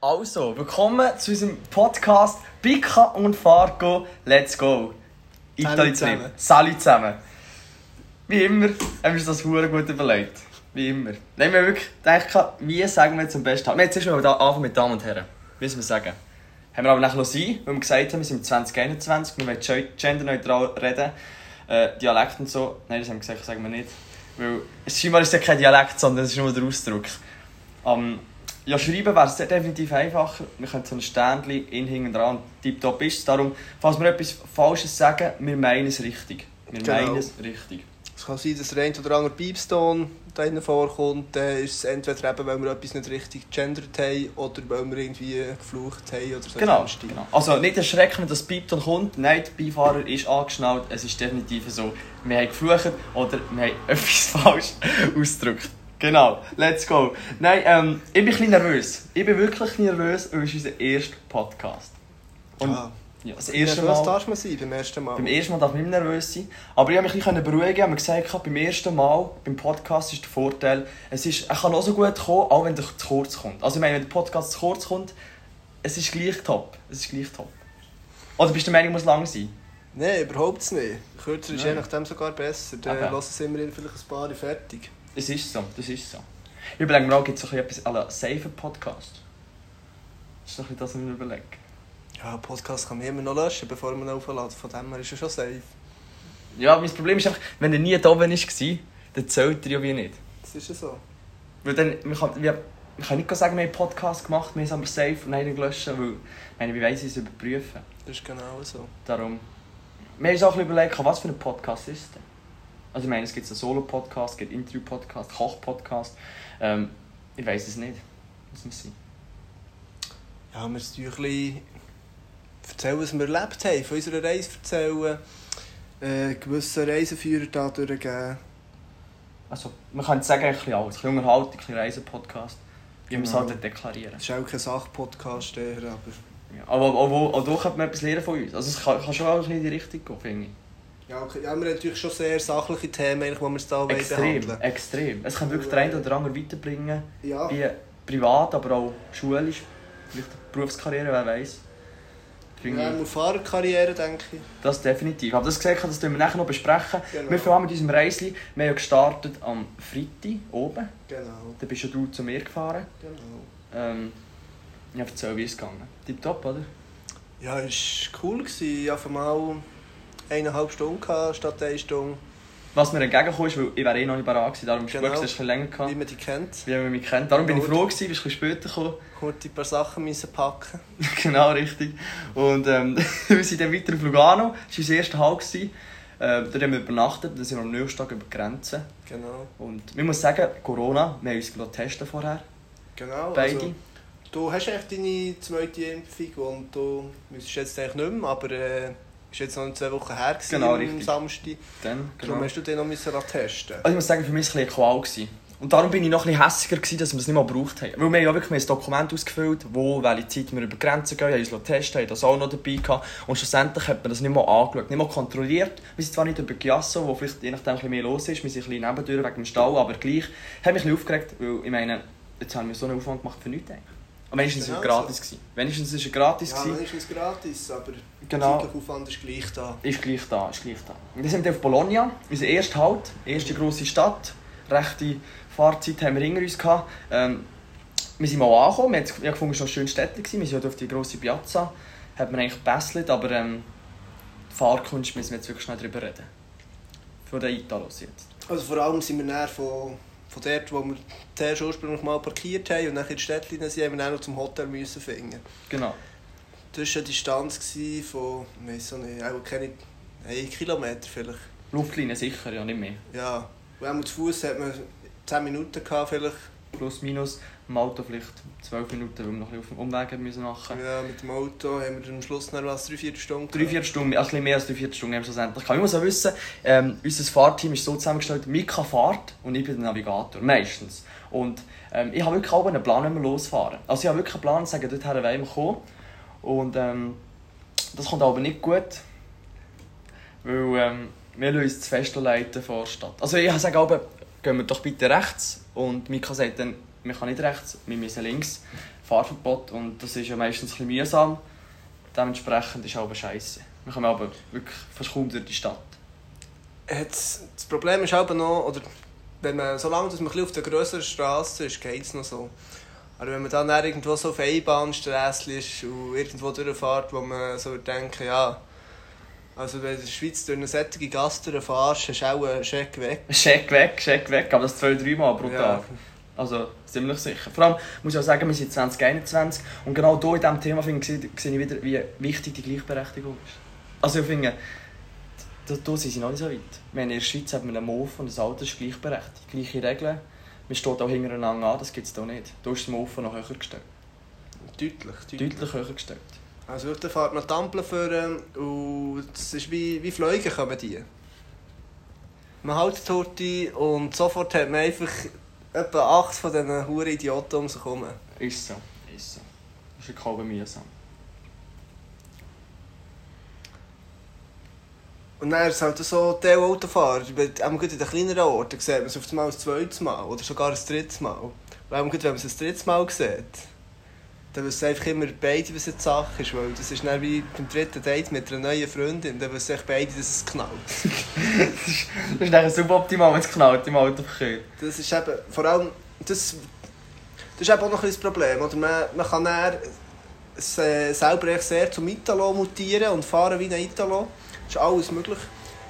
Also, willkommen zu unserem Podcast Pika und Fargo. Let's go! Italy Trip. zusammen. Salut zusammen! Wie immer haben wir uns das hure gut überlegt. Wie immer. Nein, wir haben wirklich gedacht, wie sagen wir jetzt am besten Hallo? Wir haben zuerst mal da anfangen mit Damen und Herren. Wie müssen wir sagen? Haben wir aber nachher sein, weil wir gesagt haben, wir sind 2021, wir wollen gen- genderneutral reden, äh, Dialekt und so. Nein, das haben wir gesagt, sagen wir nicht. Weil es scheinbar ist ja kein Dialekt, sondern es ist nur der Ausdruck. Ähm, ja, schreiben wäre es definitiv einfacher. Wir können so ein Ständchen in hinten dran, tipptopp ist es. Darum, falls wir etwas Falsches sagen, wir meinen es richtig. Wir Genau. meinen es richtig. Es kann sein, dass der eine oder andere Beepston da drinnen vorkommt. Dann ist es entweder eben, weil wir etwas nicht richtig gegendert haben oder weil wir irgendwie geflucht haben oder so. Genau, etwas. genau. Also nicht erschrecken, wenn das Piept und kommt. Nein, der Beifahrer ist angeschnallt. Es ist definitiv so, wir haben geflucht oder wir haben etwas falsch ausgedrückt. Genau, let's go. Nein, ähm, ich bin ein bisschen nervös. Ich bin wirklich ein bisschen nervös, weil es ist unser erster Podcast. Und ah, ja, das erste erste Mal. Was Mal... darf man sein beim ersten Mal? Beim e- ersten Mal darf man nicht nervös sein. Aber ich habe mich ein bisschen beruhigen. Ich habe mir gesagt, gehabt, beim ersten Mal, beim Podcast ist der Vorteil, es ist, er kann auch so gut kommen, auch wenn er zu kurz kommt. Also ich meine, wenn der Podcast zu kurz kommt, es ist gleich top. Es ist gleich top. Oder bist du der Meinung, es muss lang sein? Nein, überhaupt nicht. Kürzer ist je Nein. nachdem sogar besser. Dann Eben. lassen es immerhin vielleicht ein paar fertig. Das ist so, das ist so. Ich überlege mir auch, gibt es so ein bisschen etwas à la safer Podcast? Das ist doch ein bisschen das, was ich mir überlege. Ja, Podcast kann man immer noch löschen, bevor man ihn aufladen. Von dem her ist er schon safe. Ja, mein Problem ist einfach, wenn er nie da oben war, dann zählt er ja wie nicht. Das ist ja so. Weil dann, man kann, wir, man kann nicht sagen, wir haben einen Podcast gemacht, wir haben es aber safe und haben ihn gelöscht, weil, ich meine, wie weiss ich es überprüfen? Das ist genau so. Darum, wir haben uns auch ein bisschen überlegt, was für ein Podcast ist es denn? Also ich meine, es gibt einen Solo-Podcast, es gibt Interview-Podcast, Koch-Podcast, ähm, ich weiss es nicht, was muss sein. Ja, wir sind ein bisschen erzählen, was wir erlebt haben, von unserer Reise erzählen, äh, gewisse Reiseführer da durchgeben. Also, man kann jetzt sagen, ein bisschen alles, ein bisschen Unterhaltung, ein bisschen Reise-Podcast, wie man es Genau. halt dann deklarieren. Das ist auch kein Sachpodcast eher, aber Ja. Aber aber- aber auch da könnte man etwas lernen von uns, also es kann, kann schon auch ein bisschen in die Richtung gehen, finde ich. ja, okay. ja, wir haben natürlich schon sehr sachliche Themen, eigentlich, die wir jetzt hier Extrem, behandeln extrem. Es kann wirklich der eine oder andere weiterbringen. Ja, Wie privat, aber auch schulisch. Vielleicht eine Berufskarriere, wer weiß. Finde ja, ich auf Fahrerkarriere denke ich. das definitiv. Aber das gesagt, das tun wir nachher noch besprechen. Genau. Wir fangen mit unserem Reisli. Wir haben ja gestartet am Freitag oben. Genau, Dann bist ja du zu mir gefahren. genau. Ähm, ich habe erzählt, wie es gegangen Tipptopp, oder? Ja, es war cool. gewesen. Ich hatte mal eineinhalb Stunden gehabt, statt eine Stunde, Was mir entgegengekommen ist, weil ich wäre eh noch nicht bereit gewesen, darum genau. Genau. ist es ein bisschen länger wie gehabt, man die kennt. wie man mich kennt. Darum bin ich Gut. froh gewesen, bist ein bisschen später gekommen. Kurz ein paar Sachen müssen packen. Genau, richtig. Und ähm, wir sind dann weiter auf Lugano. Das war unser erster Halt. gewesen. Äh, dort haben wir übernachtet, dann sind wir am nächsten Tag über die Grenze. Genau. Und ich muss sagen, Corona, wir haben uns gerade testen vorher, Genau. beide. Also, Du hast eigentlich deine zweite Impfung und du müsstest jetzt eigentlich nicht mehr, aber äh, ist jetzt noch in zwei Wochen her gewesen, Genau, am richtig. Samstag. dann, genau. Ah, Darum Also hast du den noch müssen lassen testen. ich muss sagen, für mich war es ein bisschen Qual. gewesen. Und darum bin ich noch ein bisschen hässiger, gewesen, dass wir es nicht mal gebraucht haben. Weil wir haben ja wirklich wir haben ein Dokument ausgefüllt, wo, welche Zeit wir über die Grenze gehen, haben uns testen, haben das auch noch dabei gehabt. Und schlussendlich hat man das nicht mal angeschaut, nicht mal kontrolliert. Wir sind zwar nicht über Giasso, wo vielleicht je nachdem ein bisschen mehr los ist, wir sind ein bisschen nebendurch wegen dem Stau, aber gleich. Hat mich ein bisschen aufgeregt, weil ich meine, jetzt haben wir so einen Aufwand gemacht für nichts eigentlich. Und wenigstens war Genau es gratis. gewesen. Wenigstens war es gratis. Ja, gewesen. dann ist es gratis, aber Genau. der zeitliche Aufwand ist gleich da. Ist gleich da, ist gleich da. Wir sind dann auf Bologna, unser erster Halt, erste grosse Stadt. Rechte Fahrzeit haben wir hinter uns gehabt. Ähm, wir sind mal angekommen, wir haben wir haben gefunden, es war eine schöne Städte. gewesen. Wir sind halt auf die grosse Piazza, hat man eigentlich gebesselt, aber ähm, die Fahrkunst müssen wir jetzt wirklich schnell drüber reden. Von den Italos jetzt. Also vor allem sind wir näher von, von dort, wo wir zuerst ursprünglich mal parkiert haben und dann in die Städtchen sind, haben wir dann noch zum Hotel müssen finden. Genau. Das war eine Distanz gewesen von, ich weiss auch nicht, auch keine, einen Kilometer vielleicht. Luftlinie sicher, ja, nicht mehr. Ja, und auch zu Fuß hat man 10 Minuten gehabt vielleicht. Plus, minus, im Auto vielleicht 12 Minuten, weil wir noch ein bisschen auf dem Umweg haben müssen machen Ja, mit dem Auto haben wir am Schluss noch was, drei, vier Stunden. Drei, vier Stunden, ein bisschen mehr als drei, vier Stunden haben wir schlussendlich. gehabt. Ich muss auch wissen, ähm, unser Fahrteam ist so zusammengestellt, Mika fährt und ich bin der Navigator, meistens. Und ähm, ich habe wirklich auch einen Plan, wenn wir losfahren. Also ich habe wirklich einen Plan, zu sagen, dorthin wollen wir kommen. Und ähm, das kommt aber nicht gut, weil ähm, wir lassen uns zu fest leiten von der Stadt. Also ich sage aber, gehen wir doch bitte rechts und Mika sagt dann, wir können nicht rechts, wir müssen links. Fahrverbot und das ist ja meistens ein bisschen mühsam. Dementsprechend ist es aber scheiße. Wir kommen aber wirklich fast kaum durch die Stadt. Jetzt, das Problem ist aber noch, oder wenn man, solange dass man ein bisschen auf der grösseren Straße ist, geht es noch so. Aber wenn man dann, dann irgendwo so auf Einbahnstrasse ist und irgendwo durchfährt, wo man so denkt, ja, also wenn du in der Schweiz durch eine solche Gasse durchfährst, hast du auch einen Scheck weg. Scheck weg, Scheck weg, aber das zwei, dreimal pro Ja. Tag. Also ziemlich sicher. Vor allem muss ich auch sagen, wir sind 2021 und genau hier in diesem Thema finde ich, sehe sehe ich wieder, wie wichtig die Gleichberechtigung ist. Also ich finde, da, da sind sie noch nicht so weit. Wir haben in der Schweiz hat man einen MOF und ein Alter ist gleichberechtigt. Gleiche Regeln. Man steht auch hintereinander an, das gibt es hier nicht. Da ist das MOF noch höher gestellt. Deutlich, deutlich. Deutlich höher gestellt. Also da fährt noch die Ampel vor ähm, und es ist wie, wie Fliegen kommen die. Man hält die Horti und sofort hat man einfach etwa acht von diesen huren Idioten um sich herum. Ist so. Ist so. Das ist kaum mühsam. Und dann ist halt so der Autofahrer, eben gut in den kleineren Orten sieht man es auf einmal ein zweites Mal oder sogar ein drittes Mal. Und eben gut, wenn man es ein drittes Mal sieht, dann wissen einfach immer beide, was jetzt Sache ist, weil das ist dann wie beim dritten Date mit einer neuen Freundin, dann wissen echt beide, dass es knallt. das ist, das ist nachher suboptimal, wenn es knallt im Autoverkehr. Das ist eben, Dus vor allem, das, das ist eben auch noch ein bisschen das Problem. Oder man, man kann dann s- äh, selber echt sehr zum Italo mutieren und fahren wie ein Italo. Das ist alles möglich.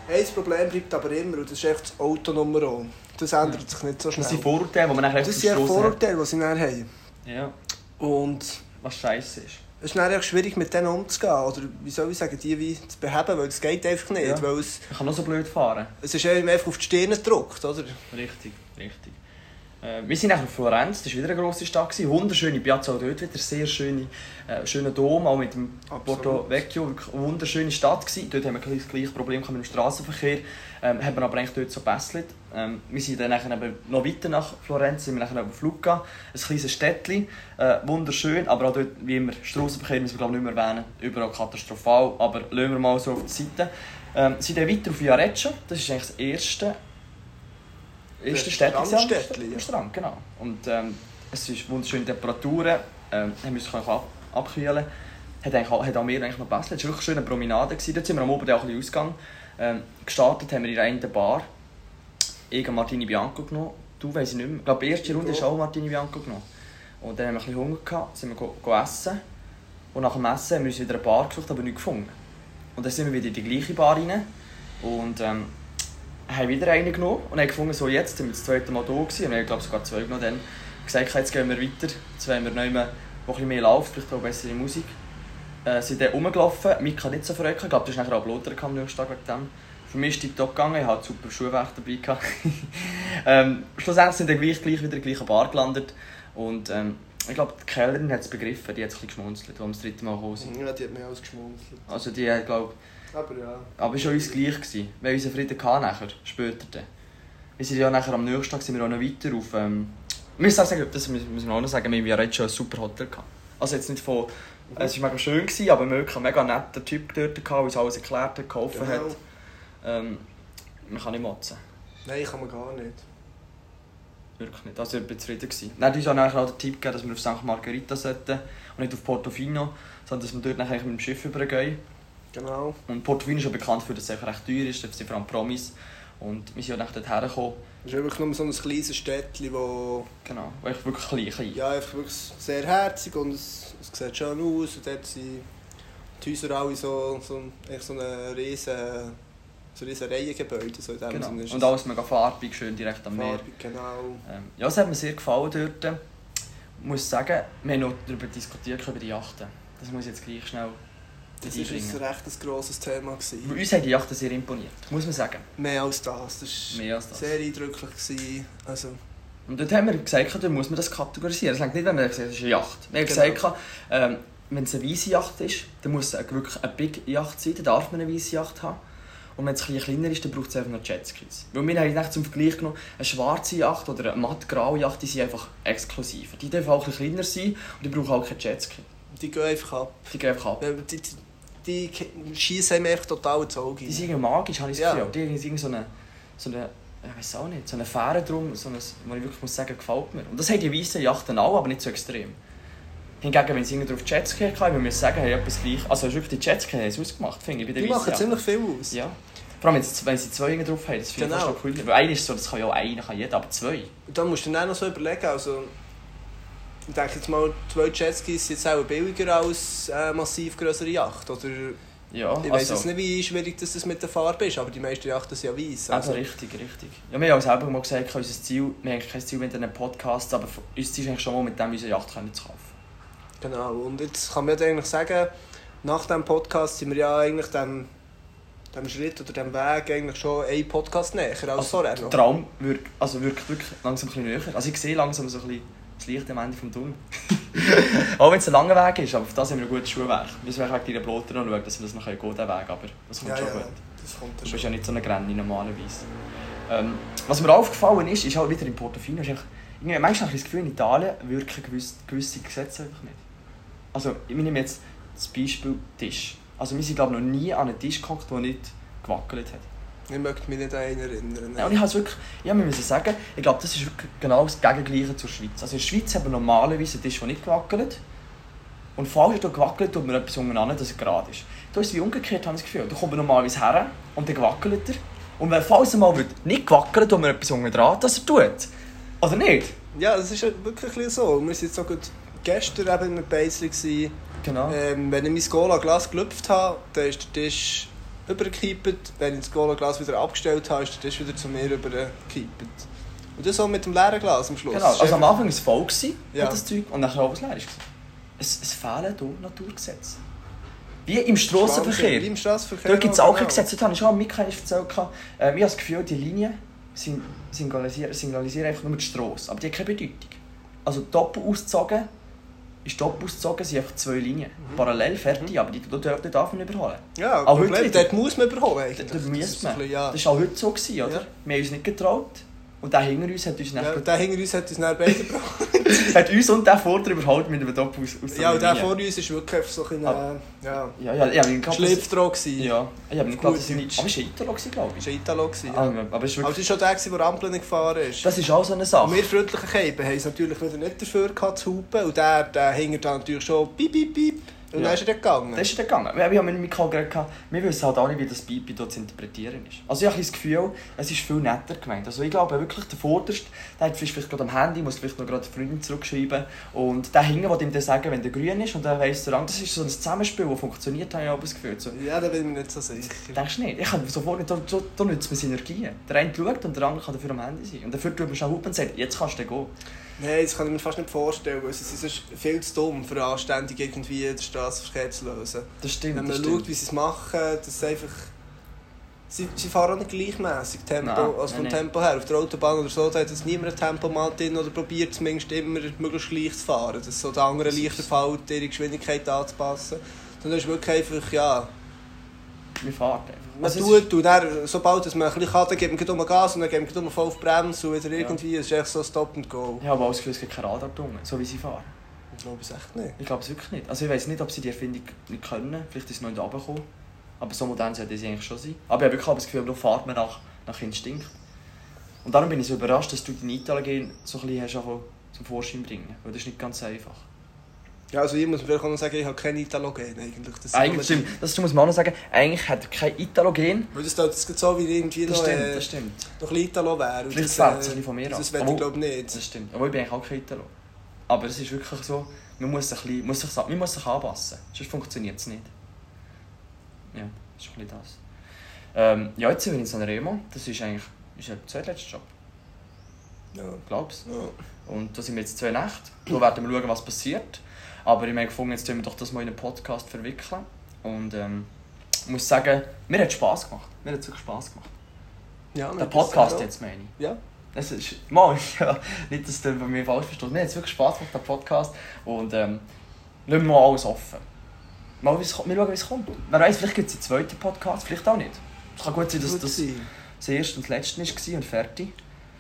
Ein Problem bleibt aber immer, und das ist echt das Autonummer. eins. Das ändert sich nicht so schnell. Das sind Vorurteile, die man nachher Das echt sind echt auf die Strasse hat. Vorurteile, die sie dann haben. Ja, Und was scheiße ist. es ist dann echt schwierig, mit denen umzugehen. Oder wie soll ich sagen, die wie zu beheben, weil es geht einfach nicht. Ja. Weil es, Man kann auch so blöd fahren. es ist einem einfach auf die Stirn gedruckt, oder? Richtig, richtig. Äh, wir sind nachher in Florenz, das war wieder eine grosse Stadt. Gewesen. Wunderschöne Piazza auch dort wieder, sehr schöne, äh, schöner Dom, auch mit dem Porto Absolut. Vecchio. Wirklich eine wunderschöne Stadt gewesen. Dort haben wir gleich das gleiche Problem gehabt mit dem Straßenverkehr. Ähm, haben wir aber eigentlich dort so gebesselt. Ähm, wir sind dann nachher eben noch weiter nach Florenz, sind wir nachher über den Flug gegangen. Ein kleines Städtchen, äh, wunderschön, aber auch dort, wie immer, Straßenverkehr müssen wir glaube ich nicht mehr erwähnen. Überall katastrophal, aber lassen wir mal so auf die Seite. Ähm, sind dann weiter auf Viareggio, das ist eigentlich das erste ist der Städtchen Strandstädtli, ja. am Strand, genau. Und ähm, es ist wunderschöne Temperaturen, ähm, haben wir uns ab abkühlen hat, eigentlich, auch- hat auch mir eigentlich noch besser. Es war wirklich eine schöne Promenade. Gewesen. Dort sind wir am Abend auch ein bisschen ausgegangen. Ähm, gestartet haben wir in einer Bar. Ich habe Martini Bianco genommen, du weiss ich nicht mehr. Ich glaube, die erste Runde Ja. ist auch Martini Bianco genommen. Und dann haben wir ein bisschen Hunger gehabt, sind wir go- go essen. Und nach dem Essen haben wir uns wieder eine Bar gesucht, aber nichts gefunden. Und dann sind wir wieder in die gleiche Bar rein und ähm, haben wieder eine genommen und haben gefunden, so jetzt sind wir das zweite Mal da gewesen. und wir haben glaube sogar zwei genommen, dann gesagt, jetzt gehen wir weiter, jetzt wollen wir nicht mehr, wo ein bisschen mehr läuft, vielleicht auch bessere Musik. Äh, sind dann rumgelaufen, Mika hat nicht so verrückt, ich glaube, das ist nachher auch Lothar am nächsten Tag wegen dem. Für mich ist die top gegangen, ich hatte super Schuhwächter dabei. gehabt. ähm, schlussendlich sind wir gleich, gleich wieder in der gleichen Bar gelandet und ähm, ich glaube, die Kellnerin hat es begriffen, die hat es ein bisschen geschmunzelt, als wir das dritte Mal gekommen sind. Ja, die hat mich alles geschmunzelt. Also die hat, glaube Aber ja. aber es war uns gleich. Gewesen. Wir haben unseren Frieden gehabt nachher, später. Dann. Wir sind ja nachher am nächsten Tag sind wir auch noch weiter auf... Ähm, wir müssen auch sagen, das müssen müssen wir auch noch sagen, wir haben ja jetzt schon ein super Hotel gehabt. Also jetzt nicht von... Es war mega schön, gewesen, aber wirklich ein mega netter Typ dort, gehabt, der uns alles erklärt hat, geholfen Genau. hat. Ähm, man kann nicht motzen. Nein, kann man gar nicht. Wirklich nicht. Also ich bin zufrieden. Gewesen. Dann hat uns auch nachher auch den Tipp gegeben, dass wir auf St. Margherita sollten und nicht auf Portofino, sondern dass wir dort nachher eigentlich mit dem Schiff übergehen. Genau. Und Portofino ist ja bekannt dafür, dass es einfach recht teuer ist, das sind vor allem Promis. Und wir sind ja nachher dorthin gekommen. Es ist einfach nur so ein kleines Städtchen, wo Genau, weil ich wirklich klein, klein. ja, einfach wirklich sehr herzig und es, es sieht schön aus. Und dort sind die Häuser alle so, so, echt so eine riesen, so riesen Reihengebäude. So in dem genau. Sinne ist Und es alles mega farbig, schön direkt am Meer. farbig, Genau. Ähm, ja, es hat mir sehr gefallen dort. Ich muss sagen, wir haben noch darüber diskutiert, über die Yachten. Das muss ich jetzt gleich schnell Das war einbringen. ein recht ein grosses Thema. Bei Gewesen. uns haben die Yachten sehr imponiert, muss man sagen. Mehr als das. Das war Mehr als das. sehr eindrücklich. Gewesen. Also, Und dort haben wir gesagt, dort muss man das kategorisieren. Es reicht nicht, wenn man sagt, es ist eine Yacht. Wir haben Genau. gesagt, ähm, wenn es eine weiße Yacht ist, dann muss es eine- wirklich eine Big Yacht sein, dann darf man eine weiße Yacht haben. Und wenn es ein bisschen kleiner ist, dann braucht es einfach noch Jetskis. Weil wir haben nicht zum Vergleich genommen, eine schwarze Yacht oder eine mattgraue Yacht, die sind einfach exklusiv. Die dürfen auch ein bisschen kleiner sein und die brauchen auch keinen Jetski. die gehen einfach ab. Die gehen einfach ab. Wenn- Die, die, die schießen mir echt total ins Auge. Die sind irgendwie magisch, habe ich das Ja. Gefühl. Die haben irgendwie so eine, so eine, ich weiß auch nicht, so eine Fähre drum, so eine, wo ich wirklich muss sagen, gefällt mir. Und das haben die weißen Yachten auch, aber nicht so extrem. Hingegen, wenn sie drauf Jetski hatten, wir müssen sagen, haben etwas gleich. Also, es ist wirklich die Jetski haben es ausgemacht, finde ich, bei der Die machen Weissjagd. ziemlich viel aus. Ja. Vor allem, wenn sie, wenn sie zwei Jungen drauf haben, das finde ich Genau. fast noch cooler. Weil einer ist so, das kann ja auch einer, kann jeder, aber zwei. Und dann musst du dir dann auch noch so überlegen, also... Ich denke jetzt mal, zwei Jetskis sind jetzt auch billiger als äh, massiv größere Yacht, oder... Ja, also, Ich weiß jetzt nicht, wie schwierig das ist mit der Farbe ist, aber die meisten Yachten sind ja weiß. Also Also, richtig, richtig. Ja, wir haben auch selber mal gesagt, unser Ziel, wir haben eigentlich kein Ziel mit diesen Podcasts, aber f- unser Ziel ist eigentlich schon mal, mit dem unsere Yacht können zu kaufen. genau, und jetzt kann man ja eigentlich sagen, nach dem Podcast sind wir ja eigentlich dem, dem Schritt oder dem Weg eigentlich schon einen Podcast näher als Also, vorher der noch. Traum wirkt, also wirkt wirklich langsam ein bisschen näher. Also ich sehe langsam so ein bisschen das Licht am Ende vom Tunnel. auch wenn es ein langer Weg ist, aber auf das haben wir ein gutes Schuhwerk. Wir müssen vielleicht wegen deiner Plotter noch schauen, dass wir das noch gehen, diesen Weg, aber das kommt Ja, schon ja, gut. das kommt dann Du schon. bist ja nicht so eine Granny normalerweise. Ähm, was mir aufgefallen ist, ist halt wieder in Portofino, ist einfach, irgendwie, manchmal habe ich das Gefühl, in Italien wirken gewisse, gewisse Gesetze einfach nicht. Also, ich nehme jetzt das Beispiel Tisch. Also, wir sind, glaube ich, noch nie an einen Tisch gehockt, der nicht gewackelt hat. Ich möchte mich nicht an einen erinnern. Ja, und ich habe wirklich, ja, wir müssen sagen, ich glaube, das ist wirklich genau das Gegengleiche zur Schweiz. Also in der Schweiz haben wir normalerweise einen Tisch, der nicht gewackelt. Und falls er gewackelt, tut man etwas untereinander, dass er gerade ist. Da ist es wie umgekehrt, habe ich das Gefühl. Da kommt man normalerweise her und dann wackelt er. Und wenn, falls er mal wird, nicht gewackelt, tut man etwas untereinander, dass er tut. Oder nicht? Ja, das ist ja wirklich ein bisschen so. Und Wir waren jetzt auch gut gestern eben in einem Beisel. gewesen. Genau. Ähm, wenn ich mein Cola-Glas gelüpft habe, dann ist der Tisch übergekippt. Wenn ich das Cola-Glas wieder abgestellt habe, ist der Tisch wieder zu mir übergekippt. Und das auch mit dem leeren Glas am Schluss. genau. Das ist Also am einfach- Anfang war es voll, gewesen, Ja. das Zeug, und nachher war es leer. gewesen. Es, es fehlen hier Naturgesetze. Wie im Strassenverkehr. Wie im Straßenverkehr. Da gibt es auch genau. kein Gesetz. Das habe ich schon am Mika erzählt. Äh, ich habe das Gefühl, die Linien sin- signalisieren, signalisieren einfach nur die Strasse. Aber die hat keine Bedeutung. Also doppelt ausgezogen ist doppelt ausgezogen, sind einfach zwei Linien. Mhm. Parallel, fertig, aber die, da dürfen darf man nicht überholen. Ja, Auch heute Problem, wieder. dort muss man überholen. Da, Eigentlich. da ist müsste so ein man. bisschen, ja. Das war auch heute so, gewesen, oder? Ja. Wir haben uns nicht getraut. Und der hinter uns hat uns, Ja, nachher- und der hinter uns hat uns dann beide gebracht. hat uns und der vor dir überholt mit einem doppel aus, aus Ja, und der Linie. vor uns ist wirklich einfach so ein bisschen, Ah. äh, ja, Ja, ja, ja. Ich glaube, das- Schleifdraht gewesen. ja, ich habe nicht geglaubt, Gut dass ich nicht... Aber es war Italo, glaube ich. Das war Italo. gewesen, Ah, Ja. Also- ja, aber es ist wirklich... Aber das war schon der, gewesen, der Ampeln nicht gefahren ist. Das ist auch so eine Und Sache. wir freundlichen Käben haben es natürlich wieder nicht dafür gehabt, zu hupen. Und der, der hing dann natürlich schon piep, piep, piep. Und Ja. dann ist er dann gegangen. Das ist dann gegangen. Wir wir haben mit Mikro geredet. gehabt, Wir wissen halt auch nicht, wie das Pipi dort zu interpretieren ist. Also ich habe ein bisschen das Gefühl, es ist viel netter gemeint. Also ich glaube wirklich, der Vorderste, der hat vielleicht vielleicht gerade am Handy, muss vielleicht noch gerade die Freundin zurückschreiben. Und der hinten will ihm dann sagen, wenn der grün ist und dann weiss der andere. Das ist so ein Zusammenspiel, das funktioniert, habe ich auch das Gefühl. So, ja, da bin ich mir nicht so sicher. denkst du nicht? Ich habe sofort, da, da, da nützt man Synergien. Der eine schaut und der andere kann dafür am Handy sein. Und dafür tut man schon hupen und sagt, jetzt kannst du dann gehen. Nein, das kann ich mir fast nicht vorstellen. Weil sie sind sonst viel zu dumm, für anständig irgendwie den Straßenverkehr zu lösen. Das stimmt, Wenn man das schaut, stimmt. wie sie es machen, das ist einfach... Sie, sie fahren auch nicht gleichmässig Tempo, Nein, also vom nein, nein. Tempo her. Auf der Autobahn oder so, da hat jetzt niemand ein Tempomat drin oder probiert zumindest immer möglichst leicht zu fahren, dass so der andere Das leichter ist- fällt, ihre Geschwindigkeit anzupassen. Dann ist wirklich einfach, ja, Wir fahren einfach. Man Also es ist- tut und dann, sobald es man ein bisschen kann, dann gibt man gleich um den Gas und dann gibt man gleich um den voll auf die Bremse und wieder irgendwie, es ist echt so Stop and Go. Ich habe auch das Gefühl, es gibt keine Radartungen, so wie sie fahren. Ich glaube es echt nicht. Ich glaube es wirklich nicht. Also ich weiß nicht, ob sie die Erfindung nicht können. Vielleicht ist es noch nicht runtergekommen. Aber so modern sollte sie eigentlich schon sein. Aber ich habe wirklich auch das Gefühl, da fährt man nach, nach Instinkt. Und darum bin ich so überrascht, dass du deine Italien so ein bisschen hast angefangen zum Vorschein bringen. Weil das ist nicht ganz einfach. Ja, also ich muss vielleicht auch noch sagen, ich habe keine Italogen eigentlich. Das ist Eigentlich stimmt. Das muss man auch noch sagen. Eigentlich hat er kein Italogen. Weil das tut jetzt gerade so, wie irgendwie Das noch, stimmt, äh, das stimmt. noch ein bisschen Italo wäre. Und Vielleicht das, fällt es ein bisschen von mir ab. Das werde Aber- ich glaube nicht. Das stimmt. Obwohl ich bin eigentlich auch kein Italo. Aber es ist wirklich so, man muss sich, ein bisschen- muss sich, man muss sich anpassen. Sonst funktioniert es nicht. Ja, das ist ein bisschen das. Ähm, ja, jetzt sind wir in Sanremo. Das ist eigentlich unser zweitletzter Job, Ja. glaubst Ja. du? Und da sind wir jetzt zwei Nächte. Da werden wir schauen, was passiert. Aber ich habe gefunden, jetzt tun wir doch das mal in einen Podcast verwickeln. Und ähm, ich muss sagen, mir hat Spass gemacht. Mir hat es wirklich Spass gemacht. Ja, Der man- Podcast Dus jetzt, meine ich. eh, Ja. Es ist, mal, ja, nicht, dass der bei mir falsch versteht. Mir hat es wirklich Spaß gemacht, der Podcast. Und ähm, lassen wir mal alles offen. Mal, wie es, kommt- wir schauen, wie es kommt. Wer weiß, vielleicht gibt es einen zweiten Podcast, vielleicht auch nicht. Es kann gut sein, dass Gut das sein. das erste und das letzte war und fertig.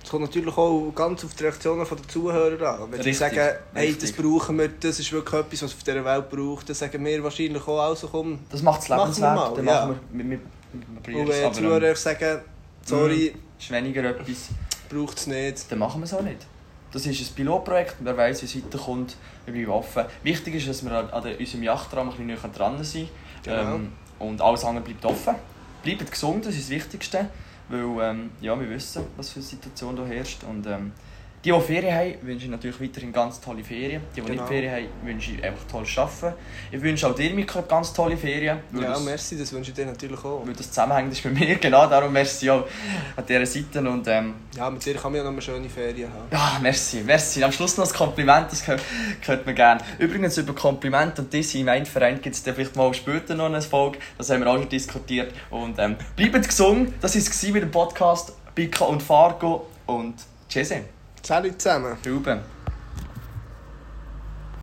Es kommt natürlich auch ganz auf die Reaktionen der Zuhörer an. Wenn sie Richtig, sagen, hey, das richtig. brauchen wir, das ist wirklich etwas, was es auf dieser Welt braucht, dann sagen wir wahrscheinlich auch, also komm, Das macht es Machen wir lebenswert. mal, Dann ja. machen wir, wir, wir, wir probieren Und es. wenn die Aber ähm, Zuhörer sagen, sorry, ist weniger etwas, braucht es nicht. dann machen wir es auch nicht. Das ist ein Pilotprojekt, wer weiß, wie es weiterkommt bei Waffen. Wichtig ist, dass wir an, an der- unserem Yachtraum ein bisschen näher dran sind. Genau. Ähm, und alles andere bleibt offen. Bleibt gesund, das ist das Wichtigste. Weil ähm, ja, wir wissen, was für eine Situation hier herrscht. Und, ähm, die, die Ferien haben, wünsche ich natürlich weiterhin ganz tolle Ferien. Die, die Genau. nicht Ferien haben, wünsche ich einfach tolles Arbeiten. Ich wünsche auch dir, Mikro, ganz tolle Ferien. weil Ja, das- merci, dus das wünsche ich dir natürlich auch. weil das zusammenhängt ist mit mir, genau, darum merci auch an dieser Seite und ähm, Ja, mit dir kann man ja noch mal schöne Ferien haben. ja, merci, merci. Am Schluss noch ein Kompliment, das gehört, gehört man gerne. Übrigens über Komplimente und diese im Verein gibt es dann vielleicht mal später noch eine Folge, das haben wir auch schon diskutiert und ähm, bleibt gesund, das war es mit dem Podcast Bika und Fargo und Tschüss, Salut zusammen. Ruben.